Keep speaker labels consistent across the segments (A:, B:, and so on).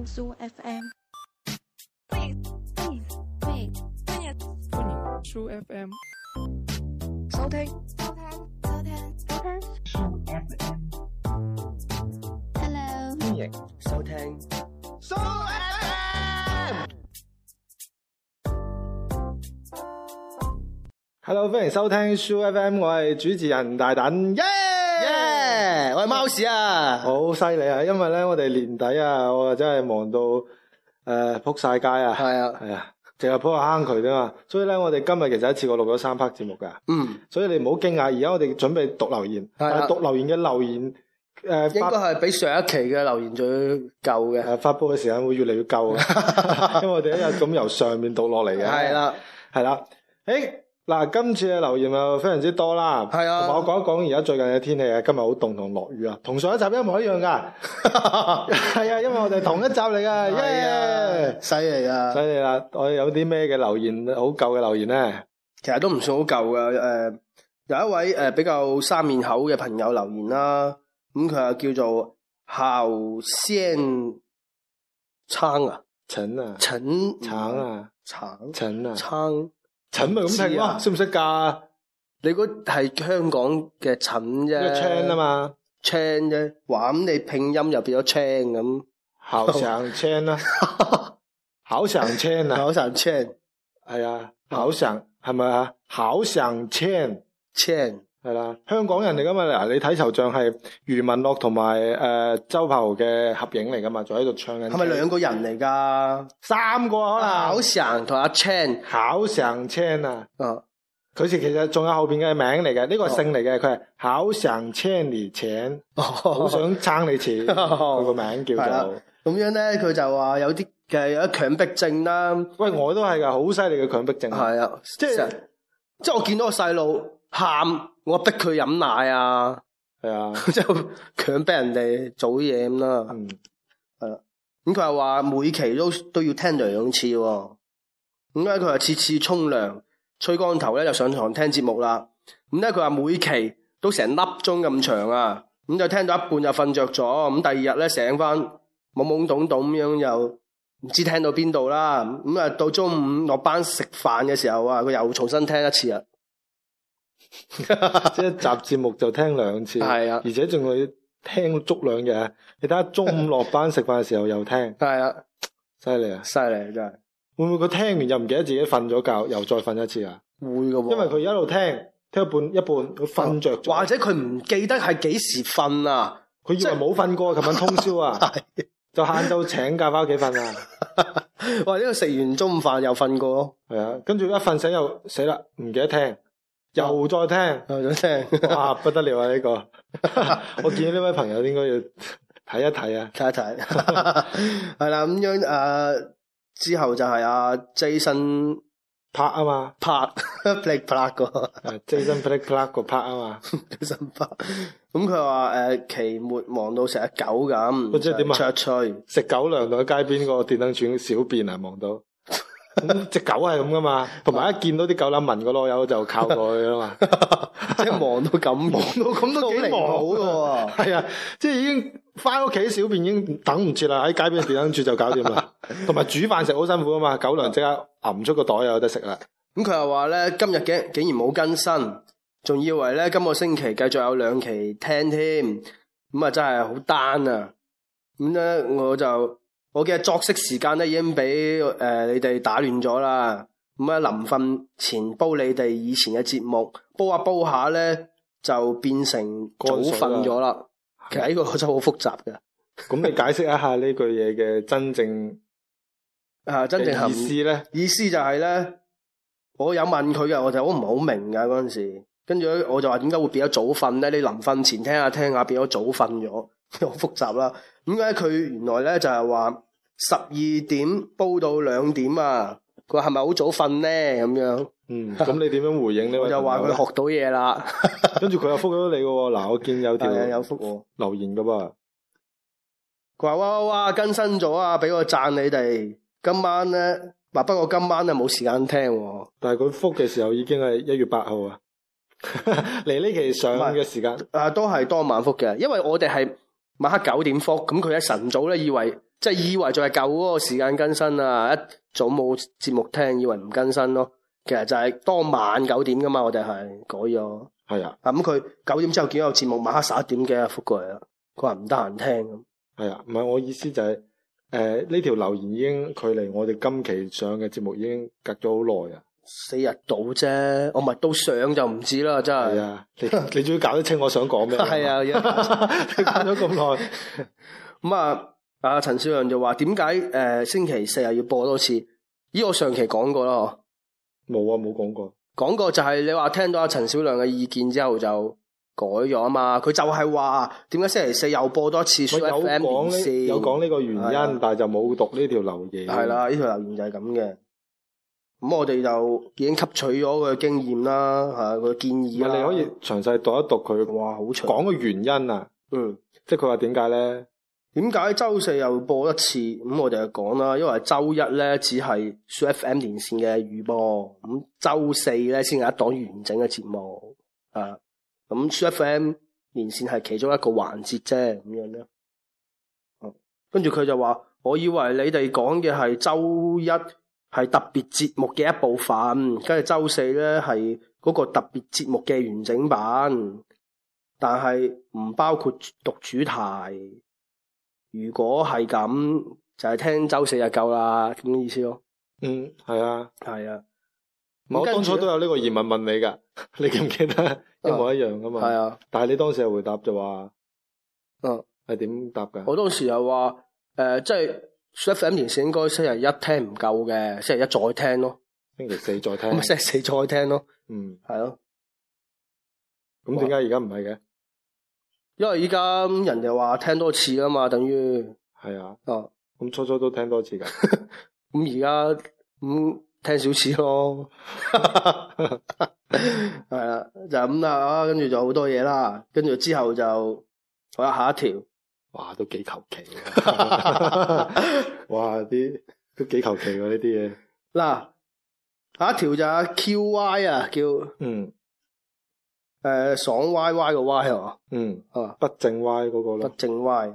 A: FM。
B: 歡迎 True FM
C: 收聽
A: Hello，
C: 歡迎收聽 So FM。
D: Hello，歡迎收聽 Soo FM，我係主持人大等，耶、
C: 耶！我係貓屎啊！
D: 好犀利啊！因為咧，我哋年底啊，我真係忙到誒撲晒街啊，
C: 係啊，
D: 係啊，淨係撲下坑渠啫嘛。所以咧，我哋今日其實一次過錄咗三 part 節目㗎，
C: 嗯，
D: 所以你唔好驚訝。而家我哋準備讀留言，
C: 係啊
D: 但係讀留言嘅留言誒、呃
C: 應該
D: 發
C: 係比上一期嘅留言最舊嘅。
D: 誒發布嘅時間會越嚟越夠 啊，因為我哋一日咁由上面讀落嚟嘅，
C: 係 啦，
D: 係啦，誒嗱，今次嘅留言又非常之多啦，
C: 係啊
D: 同埋我講一講而家最近嘅天氣啊，今日好凍同落雨啊，同上一集一模一樣
C: 啊
D: 噶， 係啊，因為我哋同一集嚟 噶，耶！
C: 犀利啊
D: 犀！利啦，我哋有啲咩嘅留言好舊嘅留言咧？
C: 其實都唔算好舊嘅。誒、有一位誒、比較三面口嘅朋友留言啦，咁佢又叫做校先撐啊，
D: 陳啊，
C: 陳
D: 橙，啊，
C: 橙
D: 陳啊，
C: 撐，
D: 陳咪咁拼
C: 知啊
D: 咯，識唔識㗎？
C: 你嗰係香港嘅陳啫
D: 因為 chain 啊 嘛，
C: ，chain 啫，哇咁你拼音又變咗 chain 咁，
D: 考上 chain 啦，考上 chain 啊，
C: 考成 chain
D: 係啊，考上係咪啊？考上 chain。
C: chain
D: 系啦，香港人嚟噶嘛？嗱，你睇頭像係余文樂同埋诶周柏豪嘅合影嚟噶嘛？仲喺度唱緊。
C: 係咪兩個人嚟㗎？
D: 三個
C: 好
D: 啊
C: 啦，考
D: 可能？
C: 成同阿 chain
D: 考上青啊！
C: 啊，
D: 佢是其實仲有後边嘅名嚟嘅，呢個係姓嚟嘅，
C: 哦
D: 佢係考上青年錢， 好
C: 好
D: 想撐你 錢，佢個名叫
C: 哦係啦
D: 做。
C: 咁樣咧，佢就話有啲嘅有啲強迫症啦，
D: 喂，我都係噶，好犀利嘅強迫症。
C: 係啊，
D: 嗯即係
C: 成日即係我見到個細路喊，我逼佢飲奶啊，
D: 係啊，
C: 就 強迫人哋做嘢咁啦。
D: 嗯，
C: 咁佢又話每期都都要聽兩次喎、咁咧佢話次次沖涼吹乾頭咧就上床聽節目啦。咁咧佢話每期都成粒鐘咁長啊，咁就聽到一半就瞓着咗，咁第二日咧醒翻懵懵懂懂咁樣又唔知聽到邊度啦。咁啊到中午落班食飯嘅時候啊，佢又重新聽一次啊。
D: 即係一集節目就聽兩次，
C: 係啊
D: 而且仲要聽足兩日。啊你睇下中午落班食飯嘅時候又聽，
C: 係啊，
D: 犀利啊！
C: 犀利真係
D: 會唔會佢聽完又唔記得自己瞓咗覺，又再瞓一次啊？
C: 會嘅喎。
D: 因為佢一路聽，聽到半一半，佢瞓着
C: 或
D: 咗，
C: 者佢唔記得係幾時瞓啊？
D: 佢以為冇瞓過，琴晚通宵啊，就晏晝請假翻屋企瞓啊，
C: 哇！呢個食完中午飯又瞓過咯，
D: 係啊，跟住一瞓醒又死啦，唔記得聽，又再 聽，
C: 又想 聽
D: 哇不得了啊呢、個！ 我見到呢位朋友應該要睇一睇啊，
C: 睇一睇， 係啦咁樣誒、呃之後就係阿 Jason
D: 拍啊嘛，
C: 拍 Blake p a 個
D: 啊 Jason Blake Clark 個拍啊嘛，
C: Jason 拍，咁佢話誒期末忙到成日狗咁，
D: 喂即係點啊
C: 灼脆
D: 食狗糧同喺街邊個電燈柱小便啊，望 到。咁只狗係咁噶嘛，同埋一見到啲狗乸聞個囉柚就靠過去啦嘛。
C: 即係忙到 咁，忙到咁
D: 都幾
C: 離譜嘅喎。
D: 系啊，即系已經翻屋企小便已經等唔切啦，喺街邊電燈柱就搞掂 啦。同埋煮飯食好辛苦啊嘛，狗糧即刻揞出個袋又有得食啦。
C: 咁佢又話咧，今日竟竟然冇更新，仲以為咧今個星期繼續有兩期聽添，咁啊真係好 down 啊！咁咧我就我嘅作息時間咧已經俾誒、呃你哋打亂咗啦。咁啊臨瞓前煲你哋以前嘅節目，煲下煲下咧就變成早
D: 乾水啦
C: 瞓咗啦。其實呢個真係好複雜嘅，
D: 咁你解釋一下呢句嘢嘅真正
C: 啊真正
D: 嘅
C: 含
D: 意思咧？
C: 意思就係咧，我有問佢嘅，我就好唔係好明㗎嗰陣時，跟住咧我就話點解會變咗早瞓咧？你臨瞓前聽下聽下變咗早瞓咗， 好複雜啦。點解佢原來咧就係話十二點煲到兩點啊？佢話係咪好早瞓咧？咁樣
D: 嗯，咁你點樣回應呢？
C: 我就話佢
D: 學，
C: 學到嘢啦，
D: 跟住佢又覆咗你嘅喎。嗱，我見有條
C: 係啊有覆喎。
D: 留言噶噃，
C: 佢話哇哇哇更新咗啊，俾我讚你哋。今晚咧，嗱不過今晚咧冇時間聽喎、
D: 但係佢覆嘅時候已經係一月八號 啊，嚟呢期上嘅時間。
C: 啊，都係當晚覆嘅，因為我哋係晚黑九點覆，咁佢一晨早咧以為即係以為就係舊嗰個時間更新啊，一早冇節目聽，以為唔更新咯。其實就係當晚九點噶嘛，我哋係改咗。
D: 系啊，
C: 啊咁佢九點之後見到有節目，晚黑十一點嘅覆過嚟啦。佢話唔得閒聽咁。
D: 系啊，唔係我意思就係诶呢條留言已經距離我哋今期上嘅節目已經隔咗好耐啊。
C: 四日到啫，我咪到上就唔知啦，真
D: 係
C: 係。
D: 啊，你你終於搞得清我想講咩？
C: 係啊，有人講
D: 你講咗咁耐，
C: 咁啊，阿陳少陽就話點解誒星期四又要播多次？咦，我上期講過啦，嗬
D: 冇啊，冇講過。
C: 講過就係你話聽到阿陳小亮嘅意見之後就改咗啊嘛，佢就係話點解星期四又播多次
D: 我
C: Show
D: 有
C: FM
D: 講
C: 連線
D: 呢有講呢個原因，
C: 係啊
D: 但係就冇讀呢條留言。
C: 係，啦，呢條留言就係咁嘅。咁我哋就已經吸取咗佢嘅經驗啦，係佢嘅建
D: 唔
C: 議啦。
D: 係你可以詳細讀一讀佢
C: 哇，好長。
D: 講嘅原因啊，
C: 嗯，
D: 即係佢話點解咧？
C: 點解周四又播一次？咁我哋就講啦，因為周一咧只係 Show FM 連線嘅預播，咁周四咧先有一檔完整嘅節目。啊，咁 Show FM 連線係其中一個環節啫，咁樣咧。哦跟住佢就話：我以為你哋講嘅係周一係特別節目嘅一部分，跟住周四咧係嗰個特別節目嘅完整版，但係唔包括讀主題。如果係咁，就係聽周四就夠啦，咁嘅意思咯。
D: 嗯，係啊。
C: 係啊，
D: 唔係我
C: 跟
D: 當
C: 住
D: 初
C: 呢
D: 都有呢個疑問問你㗎， 你記唔記得？一模一樣噶嘛。
C: 係啊，
D: 但係你當時係回答就話，
C: 嗯，
D: 係點答㗎？
C: 我當時又話誒、呃即係 FM 連線應該星期一聽唔夠嘅，星期一再聽咯，
D: 星期四再聽
C: 咁。啊星期四再聽咯，
D: 嗯，
C: 係咯。
D: 咁點解而家唔係嘅？
C: 因為依家人哋話聽多次啊嘛，等於
D: 係啊，
C: 哦，
D: 咁初初都聽多次㗎。
C: 咁而家咁聽少次咯， 係啊，就係咁啦，啊跟住就好多嘢啦，跟住之後就好啦，下一條，
D: 哇，都幾求其 啊。哇，啲都幾求其喎呢啲嘢。
C: 嗱，下一條就係 QY 啊，叫誒、
D: 嗯
C: 呃爽 Y Y 個 Y 啊，
D: 嗯，
C: 啊。
D: 不正歪嗰個
C: 不
D: 啦。
C: 正歪。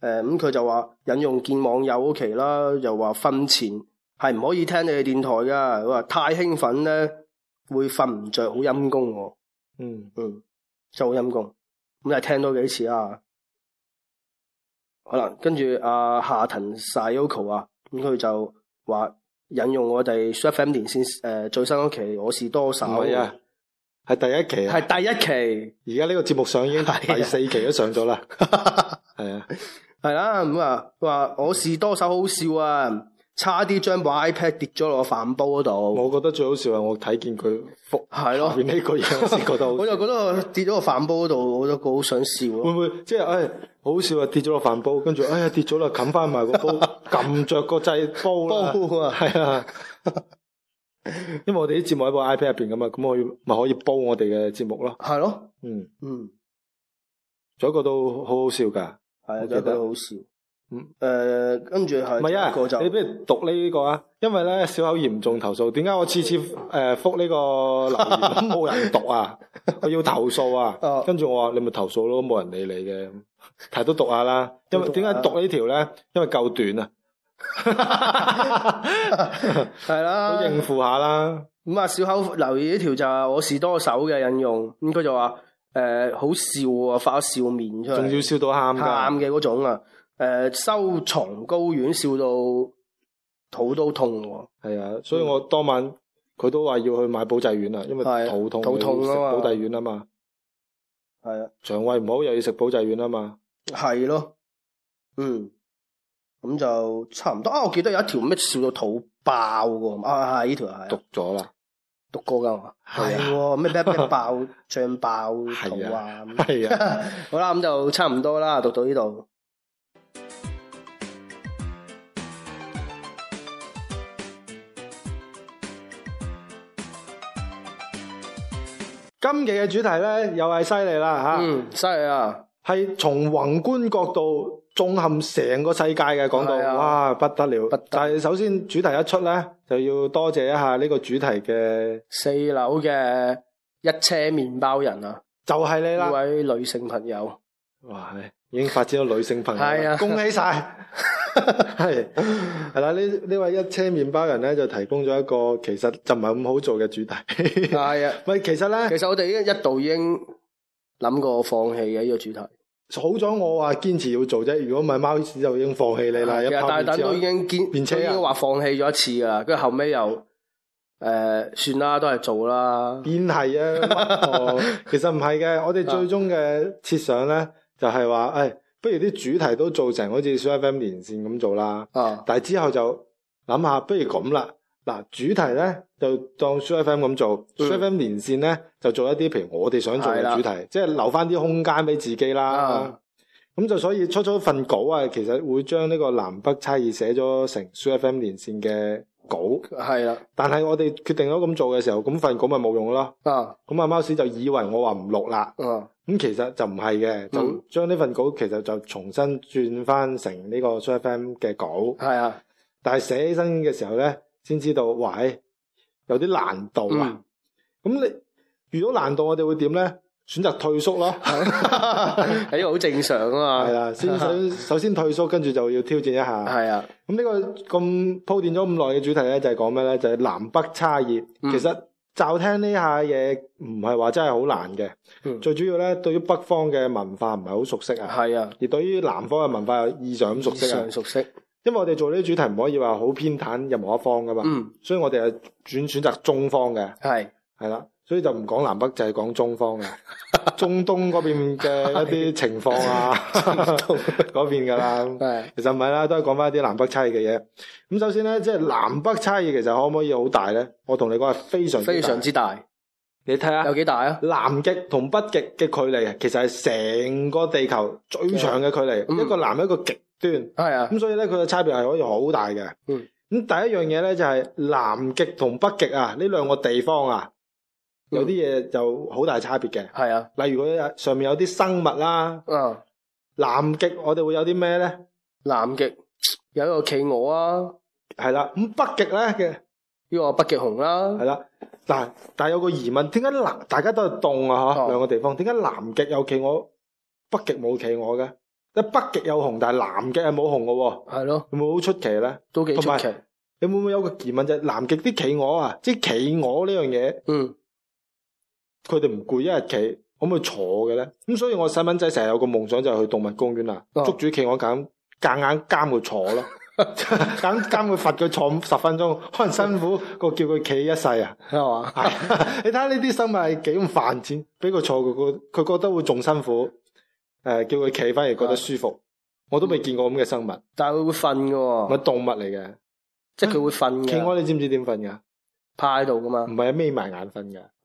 C: 誒咁佢就話引用見網友嗰期啦，又話瞓前係唔可以聽你哋電台噶，佢話太興奮咧會瞓唔着，好陰功喎。
D: 嗯，
C: 嗯，真係好陰功。咁就聽多幾次啦。好啦，跟住阿夏藤 Sayoko 啊，咁佢就話引用我哋 s h FM 連線誒、呃最新嗰期我是多
D: 唔
C: 手，
D: 係啊，係第一期啊。
C: 係第一期。
D: 而家呢個節目上已經
C: 係啊
D: 第四期都上咗啦。係啊，
C: 系啦，咁啊，佢話我是多手好笑啊，差啲將部 iPad 跌咗落個飯煲嗰度，
D: 我覺得最好笑係我睇見佢覆
C: 係
D: 下
C: 咯，
D: 邊呢個嘢，我先覺得好笑。
C: 哦 我就覺得我跌咗個飯煲嗰度，我都好想笑
D: 會
C: 咯。
D: 唔會即係唉，好笑啊！跌咗落飯煲，跟住哎呀跌咗啦，冚翻埋個 煲，撳着個掣煲啦，
C: 煲啊
D: 係啊。因為我哋啲節目喺部 iPad 入邊噶嘛，咁我要咪可以煲我哋嘅節目咯。
C: 係咯，
D: 嗯，
C: 嗯，
D: 仲有一個都好好笑㗎，
C: 係啊，
D: 我記
C: 覺
D: 得
C: 得好笑。
D: 嗯，
C: 诶，跟住係
D: 唔係
C: 一個就
D: 啊，你不如讀呢個啊，因為咧小口嚴重投訴，點解我次次誒覆呢個留言冇人讀 啊？我要投訴啊
C: 哦！
D: 跟住我話你咪投訴咯，冇人理你嘅，但係都讀下啦。因為
C: 都讀
D: 點
C: 下
D: 解讀呢條咧？因為夠短啊。
C: 係啦
D: 都，應付下 啦。
C: 咁啊，小口留意呢條就係我是多手嘅引用，咁佢就話诶好笑啊，發咗笑面出
D: 仲要
C: 嚟，
D: 笑到喊
C: 喊
D: 㗎，
C: 嘅嗰種啊，诶，收藏高丸笑到肚都痛喎。
D: 係啊，所以我當晚佢都話要去買保濟丸啊，因為
C: 係
D: 肚痛，
C: 肚痛啊
D: 要食
C: 嘛
D: 保濟丸啊嘛，
C: 系啊，
D: 腸胃唔好又要食保濟丸啊嘛。
C: 系咯，嗯，咁就差唔多啊。我記得有一條咩笑到肚爆噶，啊係呢條係
D: 讀咗 啦，
C: 讀過噶嘛，
D: 係啊
C: 係喎咩咩咩爆 脹爆肚
D: 係
C: 啊
D: 啊，
C: 咁
D: 係啊，
C: 好啦，咁就差唔多啦，讀到呢度。
D: 今期嘅主題咧又係犀利啦
C: 嗯，犀利啊！
D: 吓，係從宏觀角度縱含成個世界嘅講到，
C: 係啊
D: 哇不得了！
C: 不得
D: 但係首先主題一出咧，就要多謝一下呢個主題嘅
C: 四樓嘅一車麵包人啊，
D: 就係你
C: 呢
D: 啦，
C: 位女性朋友，
D: 哇已經發展到女性朋友啦，
C: 係啊
D: 恭喜晒！系系啦，呢呢位一车面包人咧就提供咗一個其實就唔係咁好做嘅主題。
C: 系啊，
D: 喂，其實咧
C: 其實我哋已經一度已經諗過放棄嘅呢個主題，
D: 好咗，我話堅持要做啫。如果唔係，貓屎就已經放棄你啦。一
C: 啊其實
D: 炮
C: 大
D: 完
C: 膽
D: 之後
C: 都已經堅，
D: 變車
C: 都
D: 啊
C: 已經話放棄咗一次噶啦，跟住後尾又诶、呃算啦，都係做啦。
D: 邊係啊？乜我其實唔係嘅，我哋最終嘅設想咧就係話，诶、不如啲主題都做成好似小 FM 連線咁做啦。
C: 啊，
D: 但係之後就諗下，不如咁啦。嗱，主題咧就當 s u FM 咁做 s
C: 嗯
D: u FM 連線咧就做一啲譬如我哋想做嘅
C: 係啦
D: 主題，即係留翻啲空間俾自己啦
C: 啊。
D: 咁就所以出咗份稿啊，其實會將呢個南北差異寫咗成 s u FM 連線嘅稿，
C: 係啦，
D: 但係我哋決定咗咁做嘅時候，咁份稿咪冇用咯。
C: 啊，
D: 咁阿貓屎就以為我話唔錄啦，
C: 啊，
D: 咁其實就唔係嘅，就
C: 嗯
D: 將呢份稿其實就重新轉翻成呢個 s u FM 嘅稿。
C: 系啊，
D: 但係寫起身嘅時候咧，先知道，喂，有啲難度
C: 嗯
D: 啊。咁、你遇到難度，我哋會點咧？選擇退縮咯，
C: 呢個好正常啊
D: 係
C: 嘛。
D: 啦，先 首首先退縮，跟住就要挑戰一下。
C: 係啊，
D: 咁呢個咁鋪墊咗咁耐嘅主題咧，就係講咩咧？就係、南北差異。
C: 嗯
D: 其實驟聽呢下嘢唔係話真係好難嘅，
C: 嗯
D: 最主要咧對於北方嘅文化唔係好熟悉啊，
C: 係啊，
D: 而對於南方嘅文化又異常咁熟悉
C: 非
D: 啊
C: 常。熟悉。
D: 因為我哋做呢啲主題唔可以話好偏袒任何一方噶嘛。
C: 嗯，
D: 所以我哋係轉選擇中方嘅，
C: 係
D: 係啦，所以就唔講南北，就係講中方 嘅，中東嗰邊嘅一啲情況 啊， 嗰邊噶啦。
C: 係
D: 其實唔係啦，都係講翻一啲南北差異嘅嘢。咁首先咧，即係南北差異其實可唔可以好大咧？我同你講係非常
C: 非常
D: 之
C: 之大，
D: 大，你睇下
C: 有幾大啊？
D: 南極同北極嘅距離，其實係成個地球最長嘅距離，
C: 嗯
D: 一個南一個極端。
C: 係啊，
D: 咁所以咧，佢嘅差別係可以好大嘅。
C: 嗯，
D: 咁第一樣嘢咧就係、南極同北極啊，呢兩個地方啊，
C: 嗯
D: 有啲嘢就好大差別嘅。
C: 係啊，
D: 例如佢上面有啲生物啦，
C: 啊，
D: 南極我哋會有啲咩咧？
C: 南極有一個企鵝啊，
D: 係啦，咁北極咧
C: 呢個北極熊
D: 嘅係
C: 啦，
D: 啦，嗱，但係有個疑問，點解南大家都係凍啊？嚇、
C: 哦
D: 兩個地方，點解南極有企鵝，北極冇企鵝嘅？即係北極有熊，但係南極係冇熊嘅喎，
C: 係咯，
D: 會唔會好出奇咧？
C: 都幾
D: 同
C: 出
D: 埋
C: 奇。
D: 你會唔會有個疑問就係、南極啲企鵝啊，即係企鵝呢樣嘢？
C: 嗯，
D: 佢哋唔攰一日企，可唔可以坐嘅咧？咁所以我細蚊仔成日有個夢想就係去動物公園啊，
C: 哦
D: 捉住企鵝咁夾硬監佢坐 咯，夾硬監佢罰佢坐十分鐘，可能辛苦過叫佢企一世啊！
C: 係 嘛？
D: 係哎你睇下呢啲生物係幾咁犯賤，俾佢坐佢佢覺得會仲辛苦，誒、叫佢企反而覺得舒服。我都未見過咁嘅生物，咪
C: 但係佢會瞓嘅喎，
D: 動物嚟嘅。
C: 嗯即係佢會瞓
D: 企
C: 嘅，
D: 鵝你知唔知點瞓㗎？
C: 趴喺度噶嘛
D: 唔。係啊眯埋眼瞓㗎，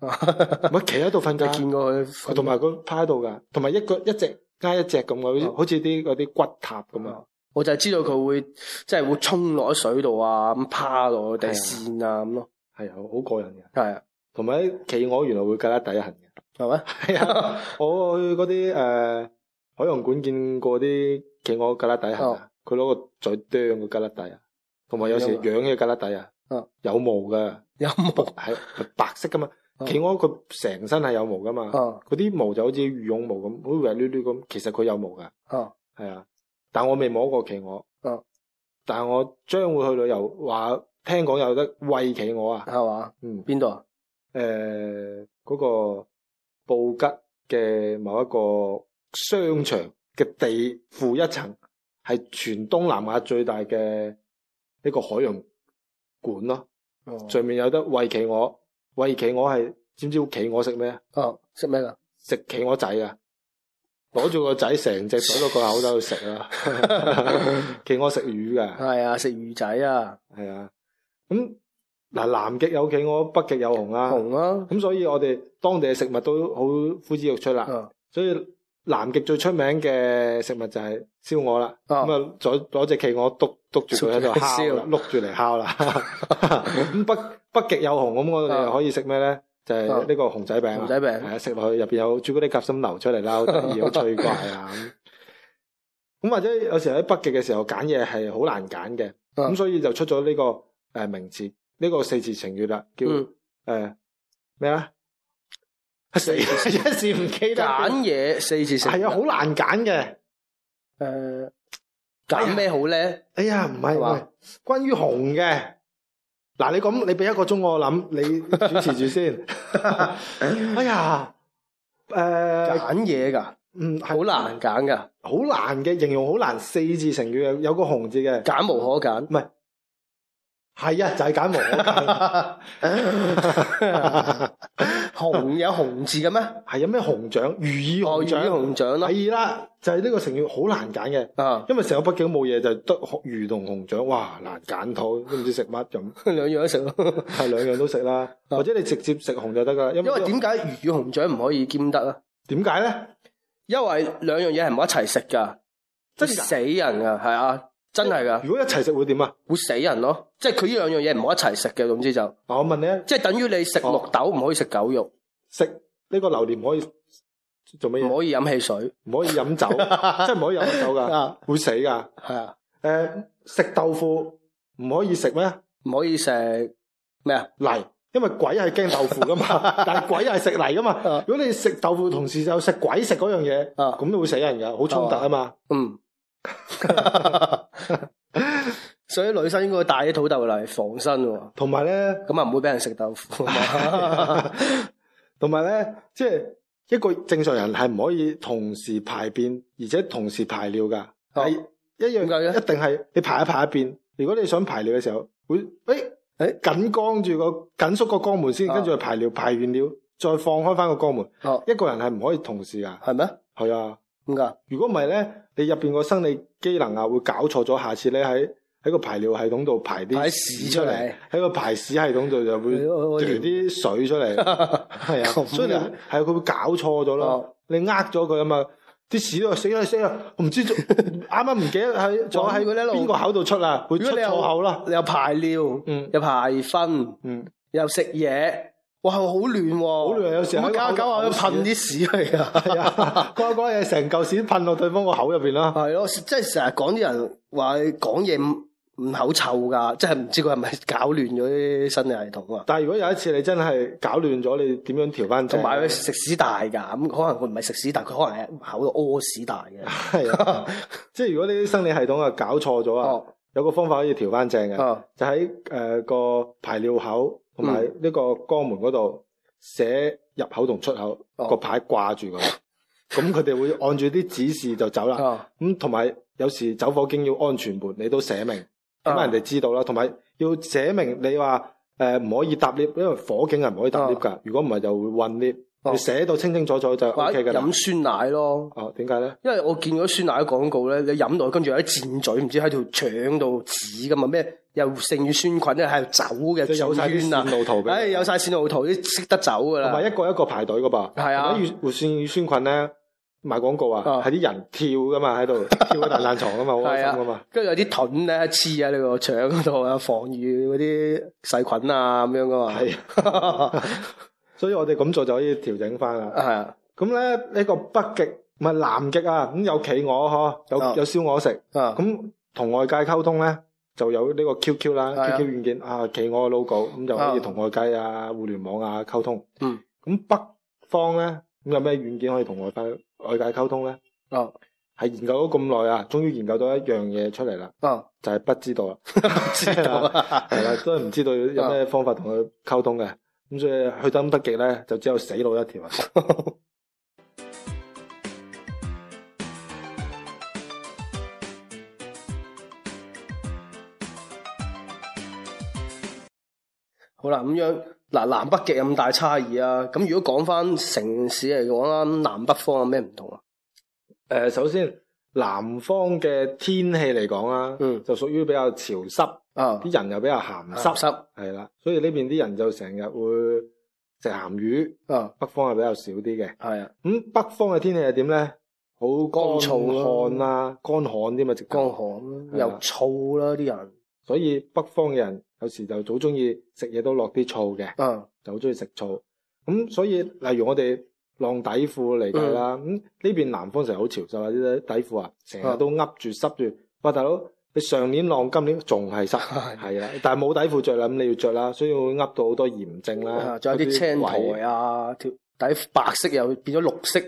D: 咪企喺度瞓
C: 嗯你
D: 㗎。
C: 見過佢
D: 嗯佢
C: 瞓
D: 同埋佢趴喺度噶，同埋一個一隻加一隻咁嘅，好似
C: 哦
D: 好似啲嗰啲骨塔咁啊
C: 哦。我就係知道佢會即係會衝落喺水度啊，咁趴落地線啊咁咯，
D: 係啊，好過癮嘅。
C: 係啊，
D: 同埋啲企鵝原來會旮旯底痕 嘅。
C: 係咪？
D: 係啊， 我去嗰啲誒海洋館見過啲企鵝旮旯底痕啊，佢攞個嘴啄個旮旯底啊，同埋有時
C: 咁
D: 養嘅旮旯底啊
C: 哦，
D: 有毛㗎，
C: 有 冇？
D: 係係白色㗎嘛。
C: 哦
D: 企鵝佢成身係有毛㗎嘛，
C: 哦
D: 嗰啲毛就好似羽絨毛咁，好滑溜溜咁，其實佢有毛㗎。
C: 哦，
D: 系啊，但我未摸過企鵝。
C: 嗯
D: 但系我將會去旅遊，話聽講有得喂企鵝啊。
C: 係嘛？
D: 嗯，
C: 邊度啊？
D: 诶、呃嗰、個布吉嘅某一個商場嘅地負一層，係全東南亞最大嘅一個海洋館咯。
C: 哦
D: 上面有得喂企鵝，喂企鵝係知唔知企鵝食咩啊？
C: 哦，食咩㗎？
D: 食企鵝仔啊！攞住個仔成隻懟落個口度食啊！企鵝食魚噶，
C: 係啊，食魚仔啊，
D: 係啊。咁嗱，南極有企鵝，北極有熊啦。
C: 熊啊，
D: 咁所以我哋當地嘅食物都好呼之欲出啦。
C: 嗯
D: 所以南極最出名嘅食物就係燒鵝啦。咁
C: 哦
D: 啊，攞攞只企鵝篤篤住佢喺度烤啦，
C: 燒
D: 碌住嚟烤啦。咁北北極有熊，咁我哋
C: 哦
D: 可以食咩咧？就係呢個熊仔餅啊。
C: 熊仔
D: 系
C: 餅
D: 啊，食落去入边有朱古力夾心流出嚟啦，好得意，好趣怪啊咁。咁或者有時喺北極嘅時候揀嘢係好難揀嘅，咁
C: 嗯
D: 所以就出咗呢個诶名詞，呢個四字成語啦，叫
C: 嗯
D: 诶咩 啊？死一時唔記得啊
C: 揀嘢四次食，
D: 係啊，好難揀嘅，
C: 誒揀咩好咧？
D: 哎呀，唔係
C: 係
D: 唔
C: 嘛
D: 係，關於紅嘅。嗱，你咁，你俾一個鐘我諗，你主持住先。 哎呀，誒、
C: 揀嘢㗎，
D: 嗯，係
C: 好難揀㗎，
D: 好難嘅形容，好難四字成語嘅，有個紅字嘅，
C: 揀無可揀。
D: 係啊，就係、揀無 可揀。
C: 紅有紅字嘅咩？
D: 係有啊咩紅掌？如意
C: 哦，
D: 紅掌，哎
C: 魚紅掌啦，
D: 係啦，就係、呢個成語好難揀嘅，
C: 啊，
D: 因為成個北京冇嘢，就得魚同紅掌，哇，難揀到，都唔知食 乜咁。
C: 兩樣都食咯。
D: 係兩樣都食啦，
C: 啊
D: 或者你直接食紅就得噶啦。因
C: 因為點解魚與熊掌唔可以兼得啊？
D: 點解咧？
C: 因為兩樣嘢係唔可以一齊食㗎，
D: 真
C: 會
D: 㗎
C: 死人㗎，係啊，真係㗎，
D: 如果一齊食會點啊？
C: 會死人咯。即係佢呢兩樣嘢唔可以一齊食嘅，總之就
D: 嗱，我問你啊，
C: 即係等於你食綠豆唔可以食狗肉，
D: 食呢個榴蓮唔可以做乜嘢？
C: 唔可以飲汽水。
D: 唔可以飲 酒，即係唔可以飲酒噶，
C: 啊，
D: 會死噶。
C: 係啊，
D: 誒，食豆腐唔可以食咩？
C: 唔可以食咩啊？
D: 泥，因為鬼係驚豆腐噶 嘛，但係鬼係食泥噶嘛
C: 啊。
D: 如果你食豆腐同時就食鬼食嗰樣嘢，
C: 啊，
D: 咁都會死人噶，好衝突啊嘛。
C: 嗯， 所以女生應該帶啲土豆嚟防身喎，
D: 同埋咧。
C: 咁啊唔會俾人食豆 腐啊嘛。
D: 同埋咧，即係一個正常人係唔可以同時排便，而且同時排尿噶，
C: 哦
D: 係、一樣
C: 點解嘅
D: 一定係你排一排一便。如果你想排尿嘅時候，會誒誒緊肛住個緊縮個肛門先，
C: 啊
D: 跟住去排尿，排完尿再放開翻個肛門。
C: 哦，
D: 一個人係唔可以同時噶，
C: 係咩？
D: 係啊。
C: 點解？
D: 如果唔係咧，你入邊個生理機能啊會搞錯咗，下次咧喺喺個排尿系統度排啲
C: 排屎出嚟，
D: 喺個排屎系統度就會
C: 我我
D: 掉啲水出 嚟。係啊，
C: 咁
D: 所以你
C: 樣
D: 係啊，佢會搞錯咗咯
C: 哦，
D: 你呃咗佢啊嘛，啲屎都話死啦死啦，我唔 知做啱啱唔記得喺咗喺
C: 搵佢呢路
D: 邊個口度出啊，會
C: 如
D: 出
C: 果你
D: 錯
C: 又
D: 口啦，
C: 你又排尿，
D: 嗯
C: 又排分，
D: 嗯，
C: 又食嘢，哇，好亂喎！好
D: 亂啊有時喺
C: 搞
D: 個
C: 搞下都噴啲屎嚟啊！
D: 係啊，嗰嗰嘢成嚿屎噴落對方個口入邊啦，
C: 係咯，即係成日講啲人話講嘢唔唔口臭㗎，即係唔知佢係咪搞亂咗啲生理系統啊？
D: 但係如果有一次你真係搞亂咗，你點樣調翻正？啊
C: 同埋佢食屎大㗎，咁可能佢唔係食屎大，佢可能係口度屙屎大嘅。
D: 係 啊，即係如果你啲生理系統啊搞錯咗啊，
C: 哦
D: 有個方法可以調翻正嘅，
C: 哦，
D: 就喺誒個排尿口同埋
C: 嗯
D: 呢個肛門嗰度寫入口同出口
C: 哦
D: 個牌掛 住佢，咁佢哋會按住啲指示就走啦。
C: 哦，
D: 咁同埋有時走火警要安全門，你都寫明，咁啊
C: 啊
D: 人哋知道啦。同埋要寫明你話誒唔可以搭 lift，因為火警係唔可以搭 lift 㗎。如果唔係就會混 lift。
C: 哦
D: 你寫到清清楚楚就 O
C: 或者
D: K 㗎啦
C: 飲。酸奶咯。
D: 哦，點解咧？
C: 因為我見嗰啲酸奶嘅廣告咧，你飲落去跟住有啲箭嘴，唔知喺條腸度指噶嘛，啊咩又性乳酸菌咧喺度走嘅
D: 即係有晒啲
C: 轉圈啊
D: 線路圖俾你
C: 唉，有晒線路圖，啲識得走噶
D: 同埋
C: 啦，
D: 一個一個排隊噶噃，
C: 啊係啊
D: 同埋活酸乳酸菌咧賣廣告啊
C: 啊，
D: 係啲人跳噶嘛喺 度，跳喺彈彈床噶嘛，好開心噶嘛，
C: 跟住有啲盾咧黐喺你個腸嗰度啊，防禦嗰啲細菌啊咁樣噶嘛，
D: 係，啊所以我哋咁做就可以調整翻啦。
C: 係啊，
D: 咁咧呢個北極唔係南極啊，咁有企鵝呵，有
C: 啊
D: 有燒鵝食，
C: 啊，
D: 咁同外界溝通咧。就有呢個 QQ 啦
C: 係啊
D: ，QQ 軟件啊，企鵝嘅 logo，咁就可以
C: 啊
D: 同外界啊、互聯網啊溝通。
C: 嗯，
D: 咁北方咧，咁有咩軟件可以同外界外界溝通咧？
C: 哦，
D: 係研究咗咁耐啊，終於研究到一樣嘢出嚟啦，
C: 哦，
D: 就係、不知 道啦，
C: 知道啊，
D: 係啦，都係唔知道有咩方法同佢溝通嘅，咁所以去登北極咧，就只有死路一條啊！
C: 好啦，咁樣嗱，南北極有咁大差異啊，咁如果講翻城市嚟講啦，南北方有咩唔同啊？
D: 誒、首先南方嘅天氣嚟講啦，
C: 嗯
D: 就屬於比較潮濕，
C: 啊，
D: 啲人又比較鹹濕，
C: 濕濕
D: 係啦，所以呢邊啲人就成日會食鹹魚，
C: 啊，
D: 北方係比較少啲嘅。
C: 係啊，
D: 咁北方嘅天氣係點咧？好乾燥
C: 燥
D: 旱
C: 啦
D: 啦，乾旱啲嘛，直頭
C: 乾旱
D: 係啊
C: 啦又燥啦啲人，
D: 所以北方嘅人有時就好中意食嘢都落啲醋嘅，
C: 啊
D: 就好中意食醋。咁所以例如我哋晾底褲嚟
C: 嗯
D: 計啦，咁呢、邊南方成日好潮濕啊，啲底褲啊成日都噏住濕住。喂，大佬，你上年晾，今年仲係 濕，
C: 係
D: 係啦，但係冇底褲着啦，咁你要着啦，所以會噏到好多炎症啦
C: 啊啊，，仲有啲青
D: 嗰位
C: 苔啊，條底白色又變咗綠色，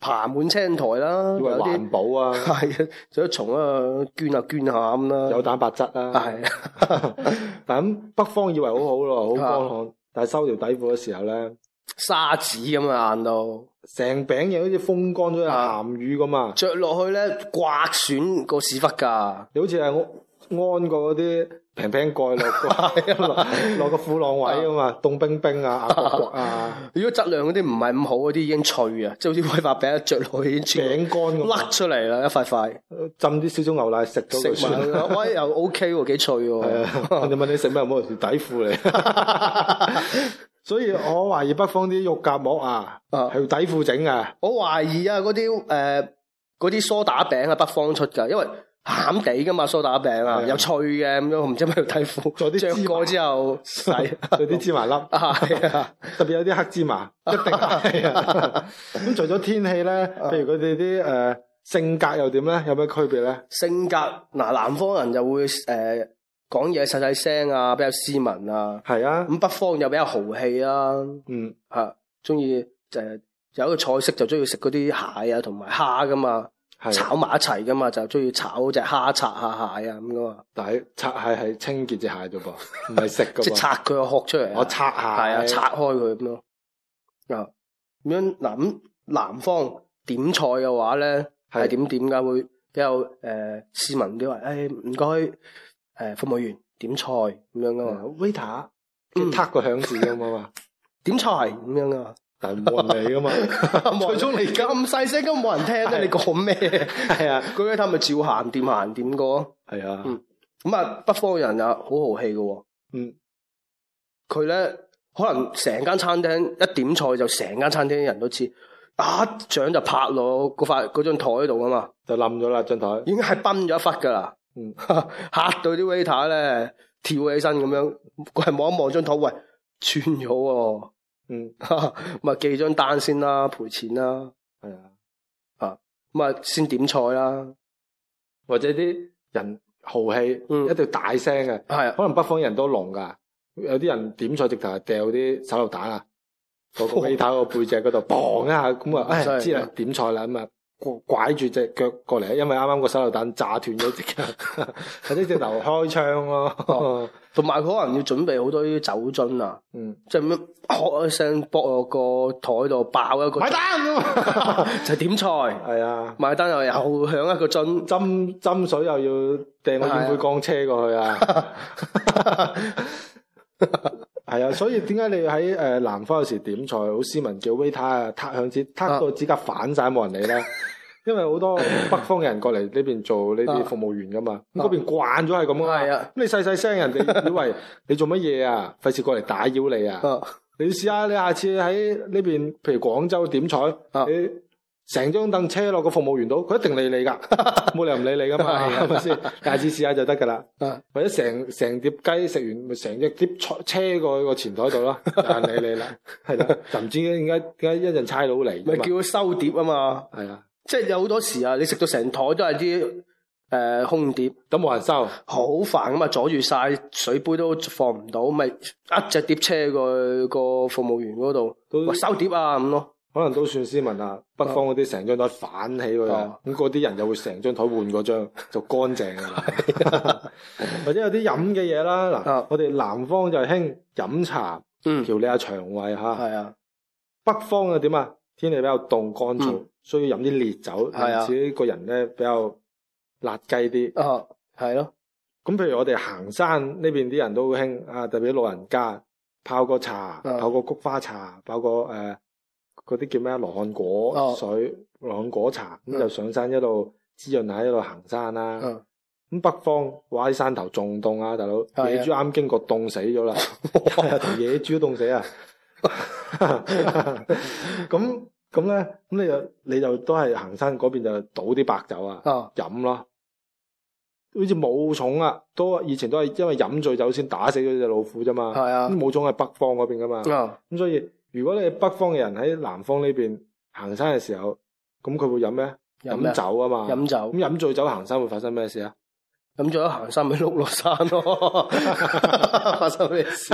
C: 爬滿青苔啦，
D: 以為
C: 有啲
D: 環保啊，
C: 係啊，就一蟲啊捐下捐下咁啦，
D: 有蛋白質啊。
C: 係啊
D: 但咁北方以為好好咯，好乾旱，但係收條底褲嘅時候咧，
C: 沙子咁啊硬到。
D: 成餅嘢好似風乾咗
C: 啊
D: 鹹魚咁啊！
C: 着落去咧，刮損個屎忽㗎，
D: 你好似係我安過嗰啲平平蓋 落個落個褲浪位啊嘛，凍冰冰啊，硬骨骨啊，
C: 如果質量嗰啲唔係咁好嗰啲已經脆啊，即係好似威化餅着落去已經
D: 餅乾咁
C: 甩
D: 啊，
C: 出嚟啦，一塊塊
D: 浸啲少少牛奶食咗佢
C: 食哦
D: 算
C: 埋
D: 啦。
C: 啦，喂又 OK 喎，幾脆
D: 係
C: 喎，
D: 啊，你問你食咩？冇條底褲 嚟。所以我懷疑北方啲肉夾饃啊，
C: 啊
D: 係底褲整啊，
C: 我懷疑啊嗰啲誒嗰啲梳打餅係北方出㗎，因為鹹地㗎嘛梳打餅啊
D: 係啊，
C: 又脆嘅咁樣，我唔知咩 底褲，
D: 做啲芝麻
C: 着過 之後洗，
D: 有啲芝麻粒。
C: 啊係啊，
D: 特別有啲黑芝 麻，一定係啊！ 咁除咗天氣咧，譬如佢哋啲誒性格又點咧？有咩區別咧？
C: 性格嗱南方人就會誒講嘢細細聲啊，比較斯文啊。
D: 係啊，
C: 咁北方又比較豪氣啦、
D: 嗯，
C: 啊，嚇中意就係有一個菜式就中意食嗰啲蟹啊同埋蝦噶嘛，
D: 係啊。
C: 炒埋一齊噶嘛，就中意炒只蝦拆下蟹啊咁噶嘛，
D: 但係擦蟹係清潔隻蟹啫 噃，唔係食噶
C: 即係
D: 噃。
C: 拆佢個殼出嚟啊，
D: 我擦蟹
C: 係啊，拆開佢咁咯，啊咁樣嗱咁南方點菜嘅話咧
D: 係
C: 係點點㗎，會比較誒、呃市民啲話，誒唔該誒服務員點菜咁樣噶嘛，
D: waiter，
C: 嗯
D: 佢個響字咁 啊嘛，
C: 點菜咁樣 噶嘛。
D: 但係冇人理噶嘛。
C: 最終你咁細聲，咁冇人聽咧，你講 咩？
D: 係啊，
C: 佢一睇咪照行掂行掂過。
D: 係啊，
C: 嗯咁啊，北方人啊好豪氣嘅喎，
D: 嗯，
C: 佢咧可能成間餐廳一點菜就成間餐廳人都知，一掌就拍落嗰塊嗰張台度啊嘛，
D: 就冧咗啦張台。
C: 已經係崩咗一忽㗎啦，
D: 嗯
C: 嚇到啲 waiter 咧跳起身咁樣，佢係望一望張台，喂穿咗喎，
D: 嗯，
C: 咪記張單先啦，賠錢啦，
D: 係啊，
C: 咁啊先點菜啦，
D: 或者啲人豪氣，
C: 嗯
D: 一定要大聲嘅。
C: 係啊。
D: 可能北方人都聾㗎，有啲人點菜直頭係掉啲手榴彈啊，個個 waiter 個背脊嗰度砰一下，咁啊，
C: 真
D: 唉
C: 係
D: 知啦，點菜啦咁啊，拐住只腳過嚟，因為啱啱個手榴彈炸斷咗只腳， 或者直頭開槍咯
C: 哦，同埋佢可能要準備好多啲酒樽啊，
D: 嗯，
C: 即係咁樣喝一聲，搏落個台度爆一個，
D: 買單咁啊，
C: 就點菜，
D: 係啊，
C: 埋單又又響一個樽，
D: 斟斟水又要掟個煙灰缸車過去 啊，係啊，所以點解你喺誒南方有時點菜好斯文叫 waiter 啊，撻響指撻到指甲反晒冇人理 咧？因為好多北方人過嚟呢邊做呢啲服務員噶嘛，咁嗰邊慣咗係咁啊
C: 啊係
D: 嘛，
C: 啊
D: 咁你細細聲人哋以為你做乜嘢啊？費事過嚟打擾你啊！
C: 啊
D: 你試下你下次喺呢邊，譬如廣州點菜，
C: 啊
D: 你成張凳車落個服務員度，佢一定理你㗎， 冇理由唔理你㗎 嘛，係咪先？下次試下就得㗎啦。
C: 啊
D: 或者成成碟雞食完，咪成隻碟菜車過去個前台度 咯，有人理你啦，係啦，就唔知點解點解一陣差佬嚟
C: 咪
D: 㗎
C: 叫
D: 嘛，
C: 佢收碟啊嘛，
D: 係啊，
C: 即係有好多時啊，你食到成台都係啲誒空碟，
D: 咁冇人收，
C: 好煩咁啊，阻住晒水杯都放唔到，咪一隻碟車過去個服務員嗰度，
D: 都
C: 話收碟啊咁咯，
D: 可能都算斯文啊。北方嗰啲成張台反起佢啊，咁嗰啲人就會成張台換嗰 張，就乾淨㗎啦。哦或者有啲飲嘅嘢啦，嗱
C: 啊，
D: 我哋南方就興飲茶
C: 嗯，
D: 調理下腸胃嚇。
C: 係啊，
D: 北方啊點啊？天氣比較凍乾燥
C: 嗯，
D: 需要飲啲烈酒，
C: 係啊
D: 令自己個人咧比較辣雞啲。
C: 啊係咯，
D: 咁譬如我哋行山呢邊啲人都好興啊，特別啲老人家泡個茶，
C: 嗯
D: 泡個菊花茶，泡個誒嗰啲叫咩羅漢果
C: 哦
D: 水、羅漢果茶，咁
C: 嗯
D: 就上山一路滋潤下，一路行山啦。
C: 嗯
D: 咁北方哇啲山頭仲凍啊，大佬
C: 係啊
D: 野豬啱經過凍死 咗啦，條野豬都凍死啊！ 咁咁咧，咁你就你就都係行山嗰邊就倒啲白酒啊。
C: 啊
D: 飲咯，好似武松啊，都以前都係因為飲醉酒先打死咗只老虎啫嘛。
C: 係啊
D: 咁武松係北方嗰邊噶嘛，
C: 啊。
D: 咁所以如果你係北方嘅人喺南方呢邊行山嘅時候，咁佢會飲咩？
C: 飲咩
D: 飲酒啊嘛。
C: 飲
D: 咁
C: 酒，
D: 飲醉酒行山會發生咩事啊？
C: 飲咗行山咪碌落山 咯，發生咩事？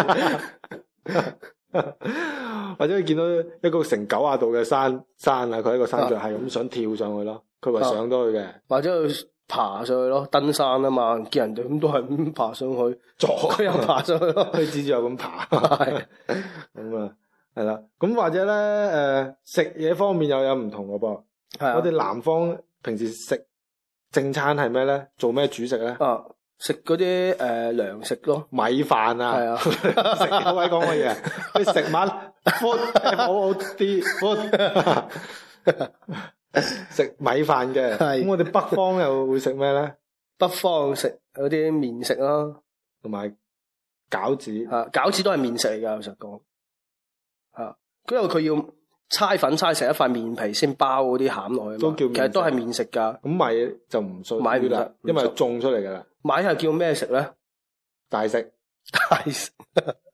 D: 或者你見到一個成九啊度嘅山山啊，佢喺個山腳係咁想跳上去咯，佢
C: 啊
D: 話上到去嘅，
C: 或者佢爬上去咯，登山啊嘛，見人哋咁都係咁爬上去，
D: 左
C: 佢又爬上去 咯。
D: 佢只有咁爬，
C: 係
D: 咁啊係啦，咁或者咧誒、呃食嘢方面又有唔同嘅噃，
C: 係啊
D: 我哋南方平時食正餐係咩咧？做咩主食咧？
C: 啊，食嗰啲誒糧食咯，
D: 米飯啊，
C: 係啊
D: 食有位講嘅嘢，你食物 food F O O D food，食米飯嘅。
C: 係
D: 咁我哋北方又會食咩咧？
C: 北方食嗰啲麵食啦，
D: 同埋餃子，
C: 啊，餃子都係麵食嚟㗎，老實講。啊，因為佢要猜粉猜成一塊面皮先包嗰啲餡落去
D: 都
C: 嘛，
D: 叫麵食
C: 其實都係麵食㗎。
D: 咁米就唔屬
C: 米
D: 於
C: 唔
D: 啦
C: 得，唔
D: 因為
C: 屬
D: 種出嚟噶啦，
C: 買係叫咩食咧？
D: 大食
C: 大食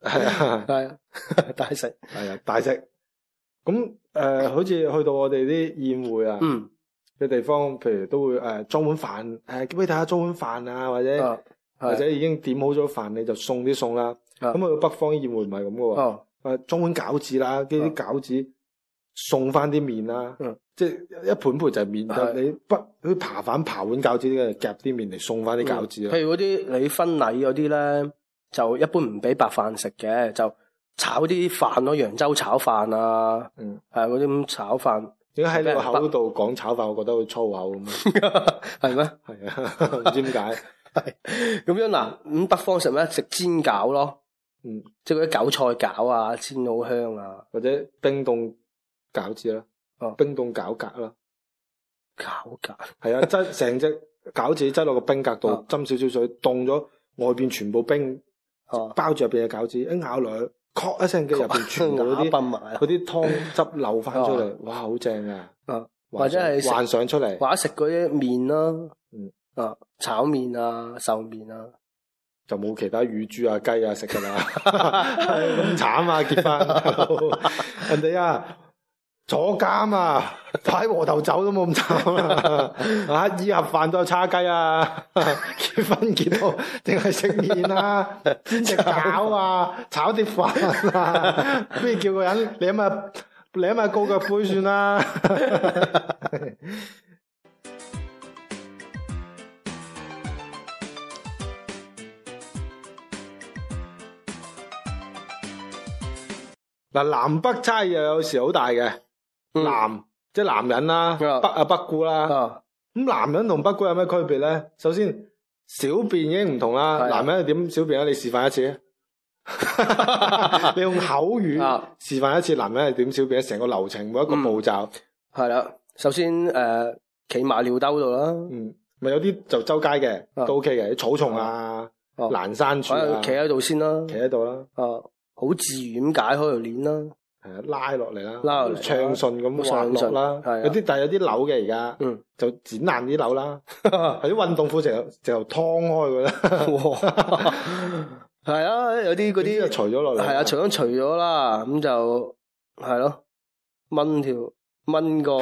D: 係啊
C: 係啊 大食，
D: 係啊大食。咁誒、呃好似去到我哋啲宴會啊
C: 嗯
D: 嘅地方，譬如都會誒裝碗飯，誒俾大家裝碗飯啊，或者。
C: 啊，
D: 或
C: 係
D: 者已經點好咗飯，你就送啲餸啦。
C: 啊
D: 咁去到北方宴會唔係咁嘅喎，
C: 哦啊
D: 誒裝碗餃子啦，跟住啲餃子送翻啲麵啦
C: 嗯，
D: 即係一盤盤就係麵，
C: 係
D: 但係你不佢扒飯扒碗餃子嘅夾啲麵嚟送翻啲餃子啊啦。
C: 譬如嗰啲你婚禮嗰啲咧，就一般唔俾白飯食嘅，就炒啲飯咯，揚州炒飯啊，
D: 嗯，
C: 係嗰啲咁炒 飯，
D: 點解喺你個口度講炒飯，我覺得會粗口咁 啊？
C: 係咩？
D: 係啊，唔知點解。
C: 咁樣嗱，咁北方食咩？食煎餃咯，
D: 嗯，
C: 即係嗰啲韭菜餃啊，煎好香啊，
D: 或者冰凍餃子啦
C: 哦，
D: 冰凍餃格啦，
C: 餃餃
D: 係啊， 擠成隻餃子擠落個冰格度
C: 哦，
D: 斟少少水，凍咗外邊全部冰。
C: 哦，
D: 包住入邊嘅餃子，一咬落去，咔一聲嘅入邊全部嗰
C: 牙
D: 啲
C: 崩埋啊
D: 嗰，啲湯汁流翻出嚟，哇，好正啊！
C: 嗯
D: 幻想
C: 或者係食
D: 幻想出嚟，
C: 或者食嗰啲麵啦，
D: 嗯，
C: 啊，炒麵啊，壽麵啊，
D: 就冇其他乳豬啊、雞啊食噶啦， 咁慘啊！結婚， 人哋啊坐監啊，擺和頭酒都冇咁慘啊！啊， 以盒飯都有叉雞啊， 結婚結到淨係食麵啦、煎隻餃啊、炒啲飯啊，不如叫個人舐下舐下高腳杯算啦。 嗱，南北差異又有時好大嘅，
C: 嗯
D: 南即係男人啦，
C: 啊
D: 北啊北姑啦。
C: 啊，
D: 咁男人同北姑有咩區別咧？首先，小便已經唔同啦。
C: 係啊
D: 男人係點小便咧？你示範一次啊。 你用口語
C: 啊嗯
D: 示範一次男人係點小便，成個流程每一個步驟。
C: 係啦，首先誒，企埋尿兜度啦，
D: 嗯，咪有啲就周街嘅
C: 啊
D: 都 OK 嘅，啲草叢啊、
C: 哦
D: 欄山處
C: 或者
D: 啊，
C: 企
D: 企
C: 喺度先啦，
D: 喺度啦，
C: 啊，好自然咁解開條鏈啦，
D: 係啊，拉落嚟啦，
C: 拉落嚟啦
D: 暢順咁滑
C: 暢
D: 落
C: 順
D: 啦。
C: 係啊
D: 有啲但係有啲扭嘅而家，
C: 嗯，啊
D: 就剪爛啲扭啦， 或者運動褲直頭直頭劏開佢啦，
C: 哇，係啊，有啲嗰
D: 就
C: 啲
D: 除咗落嚟啦。
C: 係啊，除咗除咗啦，咁就係咯，掹條掹個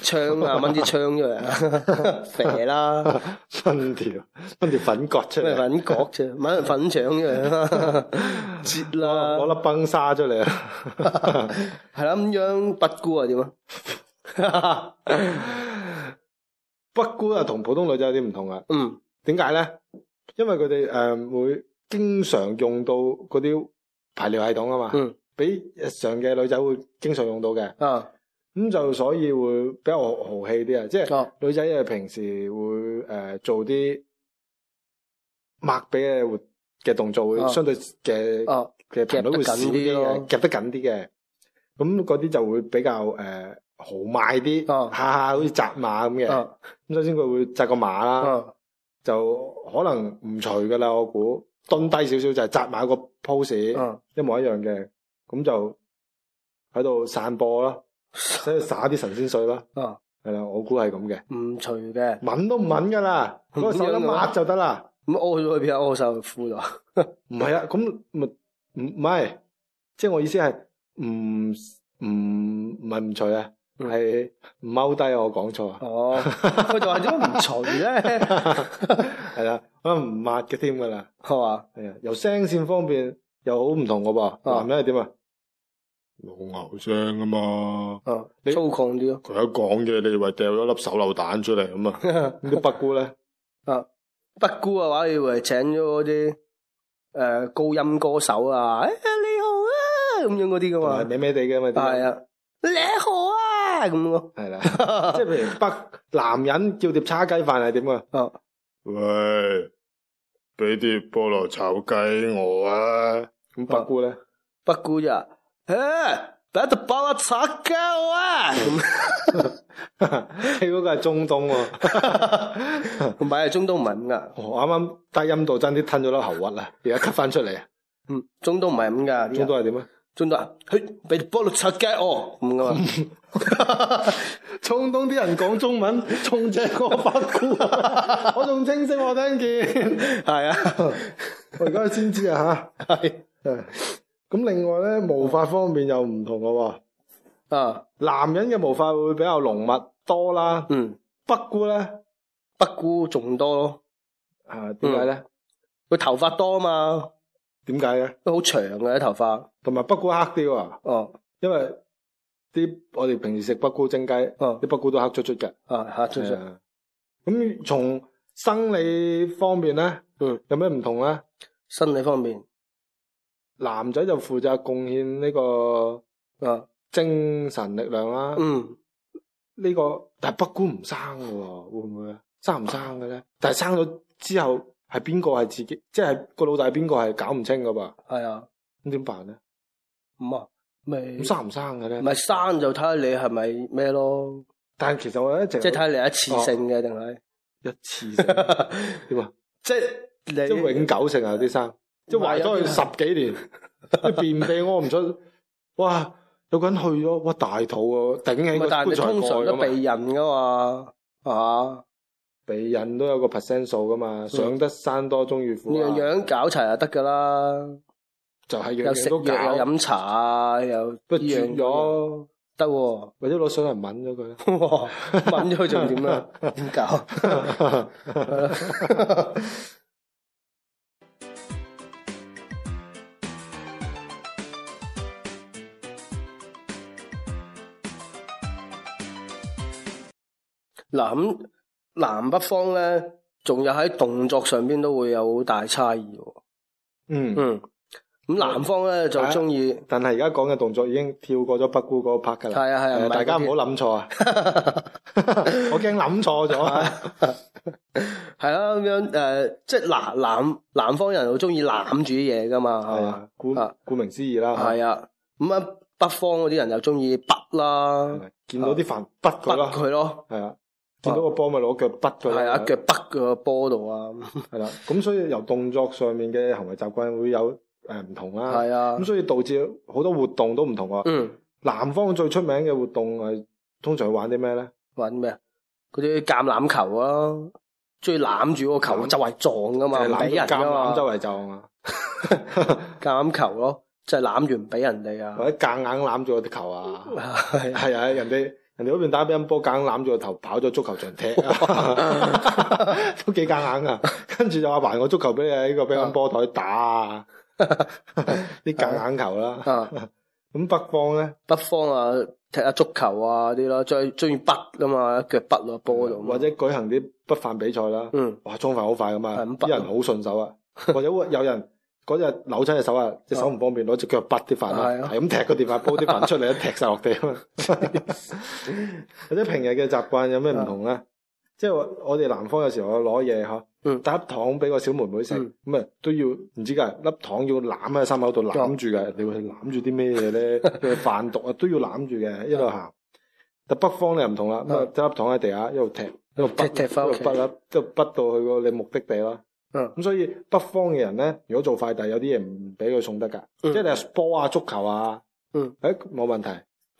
C: 槍 啊，掹支槍出嚟， 肥啦，
D: 分條分條粉割出
C: 咩
D: 嚟，
C: 粉角啫，掹粉腸出嚟 啦，折啦，
D: 攞粒崩沙出嚟啦。
C: 係啦，咁樣不菇啊點啊？
D: 北姑啊，同普通女仔有啲唔同啊。
C: 嗯，
D: 點解咧？因為佢哋誒會經常用到嗰啲排尿系統啊嘛，
C: 嗯
D: 比日常嘅女仔會經常用到嘅，
C: 啊，
D: 咁就所以會比較豪氣啲啊。即係
C: 哦，
D: 女仔誒平時會誒、呃做啲抹髀嘅活嘅動作，會
C: 啊
D: 相對嘅
C: 哦，
D: 嘅頻率會少啲
C: 夾得緊啲
D: 嘅，
C: 咯
D: 夾得緊啲嘅。咁嗰啲就會比較誒、呃豪邁啲，
C: 哦
D: 下下好似扎馬咁嘅。咁、
C: 啊，
D: 首先佢會扎個馬啦，
C: 啊，
D: 就可能唔除噶啦，我估蹲低少少就係扎馬個 pose，、
C: 啊，
D: 一模一樣嘅。咁就喺度散播 啦，即係灑啲神仙水啦。
C: 啊，
D: 係啦，我估係咁嘅，
C: 唔除嘅，
D: 揾都唔揾噶啦，
C: 唔
D: 嗰個手
C: 一樣
D: 一
C: 嘅咩
D: 抹就得啦。
C: 咁屙咗去邊啊？屙晒褲度啊，
D: 唔係啊，咁咪唔唔係，即係我意思係唔唔唔係唔除啊，
C: 嗯
D: 係唔踎低啊，我講錯 啊，
C: 哦，佢就話點解唔除咧？
D: 係啦，可能唔抹嘅添噶啦，
C: 係嘛？
D: 係啊，由聲線方面又好唔同噶噃，
C: 啊
D: 男人係點啊？
B: 老牛精啊嘛，
C: 啊，
D: 你
C: 粗犷啲咯。
B: 佢一講嘢，你以為掉咗粒手榴彈出嚟咁啊？
D: 咁啲北姑 咧，
C: 啊北姑嘅話，你以為請咗嗰啲诶高音歌手啊，哎呀你好啊咁樣嗰啲噶
D: 同埋
C: 嘛，
D: 歪歪地嘅嘛，
C: 係啊，你好啊咁咯，
D: 系啦，即係譬如北男人叫碟叉雞飯係點啊？
C: 啊
B: 喂，俾啲菠蘿炒雞我啊！
D: 咁北姑 咧，
C: 北姑就話誒等度幫我炒鳩啊，咁
D: 你嗰個係中東 喎。
C: 唔係啊中東唔係咁噶，
D: 我哦啱啱低音度真啲吞咗粒喉核啊，而家咳翻出嚟 啊！
C: 嗯中東唔係咁噶，
D: 中東係點啊？
C: 中東啊，去俾菠蘿炒雞哦咁噶嘛。
D: 中東啲人講中文，中正過北姑啊！我仲清晰我聽見，
C: 系啊，
D: 我而家先知啊
C: 係
D: 吓。誒咁另外咧，毛髮方面又唔同嘅喎，
C: 啊，
D: 男人嘅毛髮會比較濃密多啦，
C: 嗯，
D: 北姑咧
C: 北姑仲多咯，
D: 啊點解咧？
C: 佢頭髮多啊嘛，
D: 點解咧？
C: 都好長嘅啲頭髮，
D: 同埋北姑黑啲喎，
C: 哦，
D: 因為啲我哋平時食北姑蒸雞，
C: 哦
D: 啲北姑都黑出出嘅。
C: 啊吓，通常
D: 係嗯咁從生理方面咧，
C: 嗯，
D: 有咩唔同咧？
C: 身體方面，
D: 男仔就負責貢獻呢個
C: 啊，
D: 精神力量啦。呢、
C: 嗯，
D: 個但係北姑唔生嘅喎，會唔會啊？生唔生嘅咧？但係生咗之後係邊個係自己，即係個老大係邊個係搞唔清嘅噃？
C: 係啊，
D: 咁點辦咧？
C: 咁啊，咪
D: 咁生唔生嘅咧？
C: 咪生就睇下你係咪咩咯，
D: 但係其啊實我一直
C: 即係睇下你係一次性嘅定係
D: 一次性點啊？
C: 即係
D: 即係
C: 你
D: 永久性啊！有啲生，即係懷咗佢十幾年， 啲便秘屙唔出，哇！有個人去咗，哇大肚啊，頂起
C: 咪
D: 個
C: 但係
D: 棺
C: 你
D: 材
C: 通常
D: 蓋咁
C: 都避
D: 啊！
C: 孕噶嘛，啊，
D: 避孕都有個 percent 數噶嘛，上得山多終遇
C: 你
D: 虎
C: 樣
D: 啊！
C: 樣搞齊就得噶啦，
D: 就係樣
C: 又食
D: 樣
C: 藥
D: 都
C: 又
D: 搞，
C: 飲茶啊，又呢
D: 不過
C: 樣
D: 絕咗，
C: 得喎。
D: 或者攞水嚟抿咗 佢啦。
C: 哇！問咗佢仲點啊？點搞？嗱咁南北方咧，仲有喺動作上邊都會有好大差異喎。
D: 嗯，啊
C: 嗯，咁南方咧就中意
D: 但係而家講嘅動作已經跳過咗北姑嗰個 part 㗎啦。
C: 係啊係啊
D: 誒
C: 唔係
D: 大家唔
C: 嗰啲
D: 好諗 錯啊！我驚諗錯咗啊！
C: 係啦咁樣誒，即係南南南方人好中意攬住啲嘢噶嘛，係
D: 係
C: 嘛？
D: 啊，顧
C: 啊
D: 顧名思義啦，
C: 係啊，咁啊北方嗰啲人又中意筆啦，
D: 見到啲飯滗
C: 筆
D: 佢啊啦。
C: 佢咯。
D: 系啊，見到個波咪攞腳滗佢
C: 系
D: 啦，
C: 啊，腳北個波度啊，
D: 係啦，咁所以由動作上面嘅行為習慣會有诶唔同啦，
C: 係啊
D: 咁，所以導致好多活動都唔同喎。
C: 嗯，
D: 南方最出名嘅活動係通常去玩啲咩咧？
C: 玩咩啊？嗰啲橄欖球啊，最攬住個球周圍撞噶嘛，
D: 啊就係
C: 唔俾
D: 攬
C: 人
D: 住
C: 噶嘛
D: 攬，周圍撞啊，
C: 橄欖球咯，即係攬完唔俾人哋啊，
D: 或者夾硬攬住個球啊，
C: 係啊
D: 係啊，人哋人哋嗰邊打乒乓波，夾硬攬住個頭跑咗足球場踢， 都幾夾硬啊！跟住就話還個足球俾你喺個乒乓波台打啊，啲夾硬球啦。
C: 啊，
D: 咁北方咧？
C: 北方啊踢下足球啊啲咯，最中意筆噶嘛，腳北落波度，
D: 或者舉行啲不犯比賽啦。
C: 嗯
D: 哇，裝飯好快噶嘛，
C: 係
D: 啲
C: 咁拔
D: 人好順手啊。或者 會有人嗰日扭親隻手啊，隻手唔方便，攞隻腳拔啲飯
C: 係
D: 啦，
C: 啊
D: 係咁踢個電飯煲啲飯出嚟，一踢晒落地啊 嘛。或者平日嘅習慣有咩唔同咧？即係我我哋南方有時候攞嘢嚇，
C: 啊嗯
D: 打粒糖俾個小妹妹食，
C: 嗯
D: 咁啊都要唔知㗎，粒糖要攬喺心口度
C: 哦
D: 攬住嘅，你會攬住啲咩嘢咧？佢販毒啊都要攬住嘅，一路行。但北方你又唔同啦，咁啊
C: 嗯
D: 得粒糖喺地下，一路踢，一路
C: 踢踢返屋企
D: 一路筆啦，即係筆到去個你目的地啦。
C: 嗯
D: 咁所以北方嘅人咧，如果做快遞有啲嘢唔俾佢送得㗎，
C: 嗯
D: 即係你係波啊、足球啊，
C: 嗯，
D: 誒冇問題。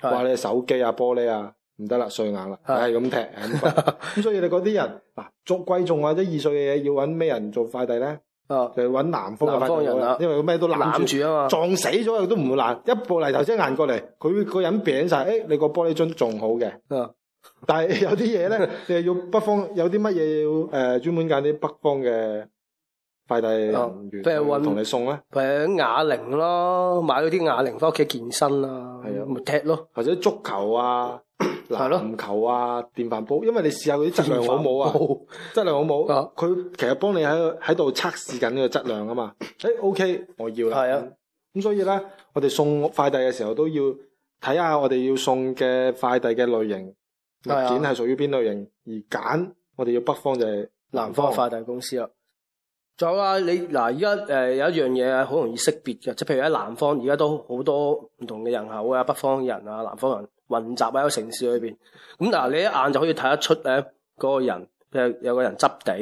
D: 話
C: 係
D: 你手機啊、玻璃啊，唔得啦，碎硬啦，
C: 係
D: 係咁踢，係咁 罰咁所以你嗰啲人嗱，重貴重或者易碎嘅嘢，要揾咩人做快遞咧？
C: 啊
D: 就揾南方嘅快
C: 南方
D: 遞
C: 人
D: 啦
C: 啦，
D: 因為佢咩都攬
C: 攬
D: 住，
C: 住啊嘛，
D: 撞死咗都唔會爛，一步泥頭車硬過嚟，佢個人扁晒，誒、你個玻璃樽仲好嘅。
C: 啊
D: 但係有啲嘢咧，你係要北方有啲乜嘢要誒、呃、專門揀啲北方嘅快遞
C: 哦
D: 人員
C: 譬如
D: 去
C: 運
D: 同你送咧，
C: 或者啞鈴咯，買咗啲啞鈴翻屋企健身啦，
D: 係啊
C: 咪踢咯，
D: 或者足球 啊、
C: 係咯
D: 籃球啊、電飯煲，因為你試下佢啲質量好冇啊，質量好冇
C: 啊，
D: 佢其實幫你喺喺度測試緊呢個質量啊嘛。誒、OK，我要啦。
C: 係啊，
D: 咁所以咧，我哋送快遞嘅時候都要睇下我哋要送嘅快遞嘅類型物
C: 係啊
D: 件係屬於邊類型，而揀我哋要北方就係
C: 南方快遞公司啦。啊仲有啊，你嗱，而家誒有一樣嘢係好容易識別嘅，即係譬如喺南方，而家都好多唔同嘅人口啊，北方人啊、南方人混雜喺個城市裏邊。咁嗱，你一眼就可以睇得出咧，嗰個人譬如有個人執地，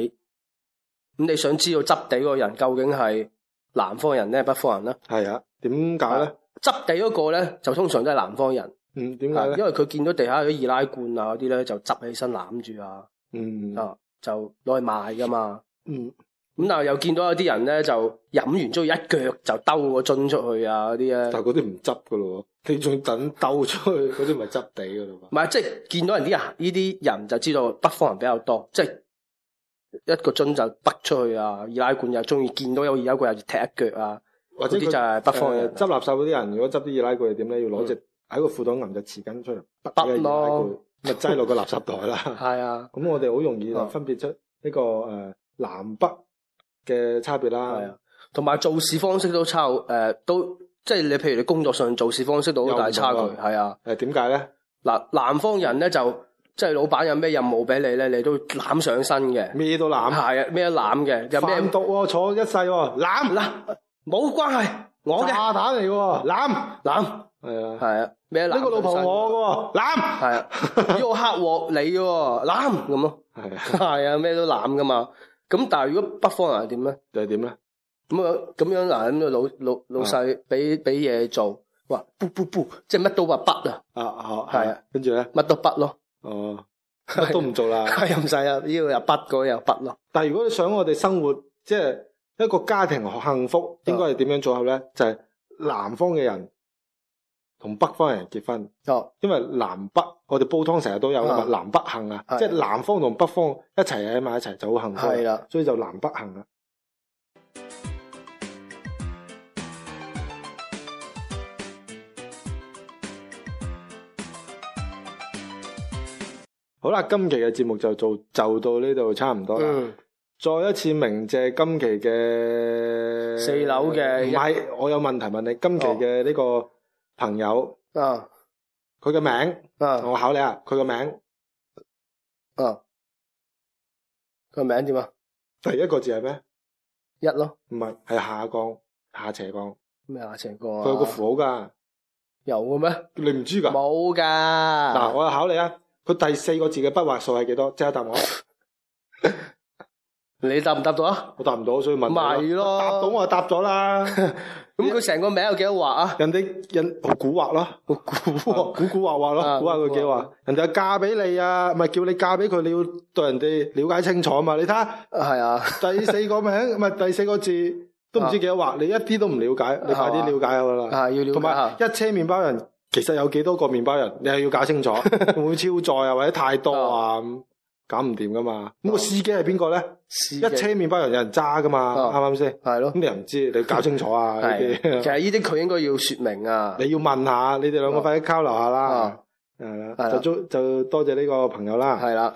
C: 咁你想知道執地嗰個人究竟係南方人咧、北方人咧？
D: 係啊。點解咧？
C: 執地嗰個咧就通常都係南方人，啊
D: 嗯，點解
C: 因
D: 咧？
C: 為佢見到地下有啲易拉罐啊嗰啲咧，就執起身攬住啊，
D: 嗯
C: 啊就攞去賣噶嘛。
D: 嗯，
C: 咁但係又見到有啲人咧就飲完之後一腳就兜個樽出去啊嗰啲咧，
D: 但係嗰啲唔執噶咯喎，你仲等兜出去嗰啲咪執地噶咯
C: 唔係即係見到人啲人呢啲人就知道北方人比較多，即係一個樽就北出去啊，易拉罐又中意見到有易拉罐又踢一腳啊，
D: 喎，或者
C: 嗰
D: 佢呃
C: 啲就係北方人啊嗯
D: 誒執垃圾嗰啲人，如果執啲易拉罐係點咧？要攞隻喺個褲袋揞隻匙羹出嚟，
C: 北
D: 嘅易拉罐
C: 咯，
D: 咪擠落個垃圾袋 啦。
C: 係啊，
D: 咁我哋好容易就
C: 啊
D: 分別出呢個誒南北嘅差別啦。
C: 係啊，同埋做事方式都差好誒、都即係你譬如你工作上做事方式都好大差距，
D: 有唔同啊
C: 係啊。
D: 誒點解咧？
C: 嗱，南方人咧就即係老闆有咩任務俾你咧，你都攬上身嘅，
D: 咩都攬，
C: 係啊，咩都攬嘅，有咩
D: 販毒喎，坐一世喎，攬
C: 嗱冇關係，我嘅
D: 炸彈嚟喎，攬
C: 攬
D: 係啊，
C: 係啊，咩都
D: 呢個老婆我嘅喎，攬
C: 係啊，要我黑鑊你嘅喎，攬咁咯，
D: 係啊，
C: 係啊，咩都攬噶嘛。咁但係如果北方人係點咧？
D: 就係點咧？
C: 咁樣咁樣嗱，咁個老老老
D: 啊
C: 細俾俾嘢做，話不不不，即係乜都話不啊，
D: 啊啊
C: 係啊，
D: 跟住咧，
C: 乜都不咯，
D: 哦，乜都唔做啦。
C: 係啊唔使啊，呢個 又不，嗰個又不咯，
D: 但係如果你想我哋生活，即係一個家庭幸福，應該
C: 啊
D: 係點樣組合咧？就係南方嘅人同北方嘅人結婚。
C: 哦
D: 因為南北我哋煲湯成日都有噶嘛，
C: 啊
D: 南北幸啊，
C: 係
D: 即係南方同北方一齊喺埋一齊就好幸福，
C: 係啦。
D: 所以就南北啊幸啦。好啦，今期嘅節目就做就到呢度差唔多啦。
C: 嗯。
D: 再一次鳴謝今期嘅
C: 四樓嘅
D: 唔係，我有問題問你，今期嘅呢個朋友
C: 啊
D: 佢嘅名。
C: 啊
D: 我考你啊，佢個名
C: 啊！佢名點啊？
D: 第一個字係咩？
C: 一咯，
D: 唔係，係下降下斜降，
C: 咩啊？情哥啊？
D: 佢有個符號㗎，
C: 有嘅咩？
D: 你唔知㗎？
C: 冇噶。
D: 嗱，
C: 嗱，
D: 我又考你啊，佢第四個字嘅筆畫數係幾多？即刻答我，啊
C: 你答唔答到啊？
D: 我答唔到，所以問你
C: 咪咯
D: 答到我就答咗啦，
C: 咁佢成個名有幾多畫啊？
D: 人哋人好古惑咯，
C: 我估
D: 古
C: 喎，
D: 古惑惑咯，
C: 啊
D: 古惑佢幾
C: 古惑
D: 話，人哋話嫁俾你啊，唔係叫你嫁俾佢，你要對人哋了解清楚啊嘛，你睇下。
C: 係啊，
D: 第四個名唔係第四個字都唔知幾多畫，你一啲都唔了解，你快啲了解我啦。
C: 啊要了解
D: 同埋
C: 下
D: 一車麵包人其實有幾多個麵包人，你係要搞清 楚，會唔會超載啊，或者太多啊，咁搞唔掂噶
C: 啊
D: 嘛。咁個司機係邊個咧？
C: 一
D: 一車麵包人有人揸噶嘛，
C: 啊
D: 啱唔啱先？
C: 係咯
D: 咁，你又唔知，你搞清楚 啊呢
C: 係。其
D: 啲。
C: 實呢啲佢應該要說明啊。
D: 你要問下，你哋兩個
C: 啊
D: 快啲交流下啦
C: 啊。
D: 係
C: 係
D: 啦，
C: 啦
D: 就祝就多謝呢個朋友啦。
C: 係啦，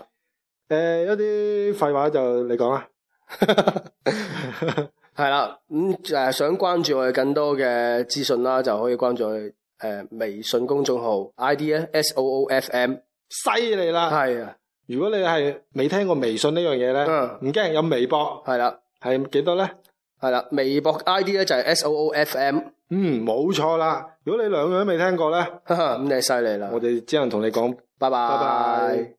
D: 誒，一啲廢話就你 講啦。啊
C: 係啦。咁誒，想關注我哋更多嘅資訊啦，就可以關注我哋誒微信公眾號 ID 咧 S O O F M。
D: 犀利啦！
C: 係啊，
D: 如果你係未聽過微信呢樣嘢咧，
C: 嗯
D: 唔驚有微博
C: 係啦，
D: 係幾多咧？
C: 係啦。微博 ID 咧就係 S O O F M。
D: 嗯，冇錯啦。如果你兩樣都未聽過咧，
C: 咁你係犀利啦，
D: 我哋只能同你講拜
C: 拜
D: 拜
C: 拜。